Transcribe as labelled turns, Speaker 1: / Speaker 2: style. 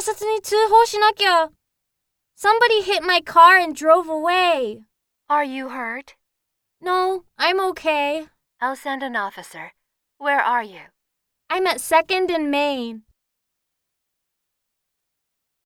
Speaker 1: 察に通報しなきゃ。Somebody hit my car and drove away.
Speaker 2: Are you hurt?
Speaker 1: No, I'm okay.
Speaker 2: I'll send an officer. Where are you?
Speaker 1: I'm at 2nd and Main.